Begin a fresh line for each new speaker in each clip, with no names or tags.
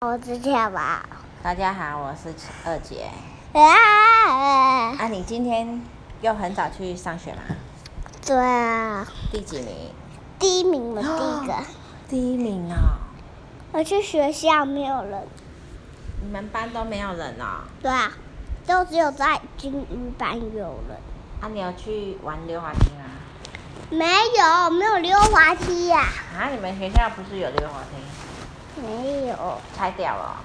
我之前吧，
大家好，我是二姐。
啊，
啊，你今天又很早去上学吗？
对啊，
第几名？
第一名我第一个，
第一名哦。
我去学校没有人，
你们班都没有人哦。
对啊，都只有在金鱼班有人，
啊，你有去玩溜滑梯吗？
没有没有溜滑梯呀、
啊，你们学校不是有溜滑梯？
没有
拆掉了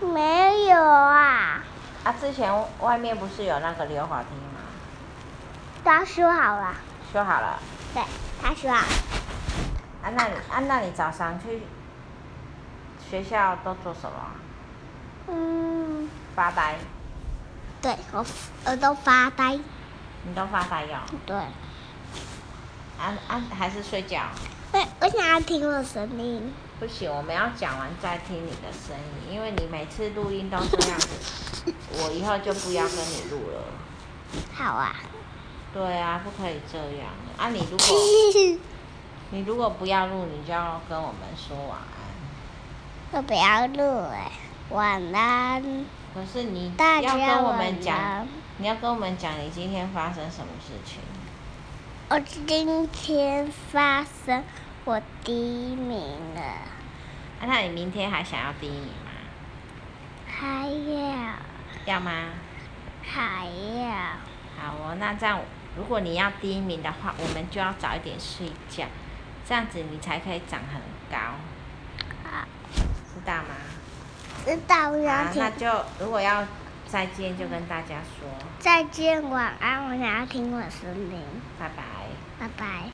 哦、
没有啊，
啊，之前外面不是有那个溜滑梯吗？
他修好了，
修好了。
对，他修好了，
啊，那你啊，那你早上去学校都做什么？
嗯，
发呆？
对我我都发呆，
你都发呆哟、
对，
啊啊，还是睡觉？
我哎我想要听我声音，
不行，我们要讲完再听你的声音，因为你每次录音都这样子，我以后就不要跟你录 了。
好啊，
对啊，不可以这样啊！你 如果你如果不要录，你就要跟我们说晚安。
我不要录哎、晚安。
可是你
大
要
家
跟我们
晚
讲
安，
你要跟我们讲你今天发生什么事情。
我今天发生我第一名了，
啊，那你明天还想要第一名吗？
还要
要吗？
还要，
好哦，那这样如果你要第一名的话，我们就要早一点睡觉，这样子你才可以长很高。
好，
知道吗？
知道我
好
要，
那
听。
就如果要再见，就跟大家说
再见，晚安，我想要听我声音，
拜拜。
拜拜。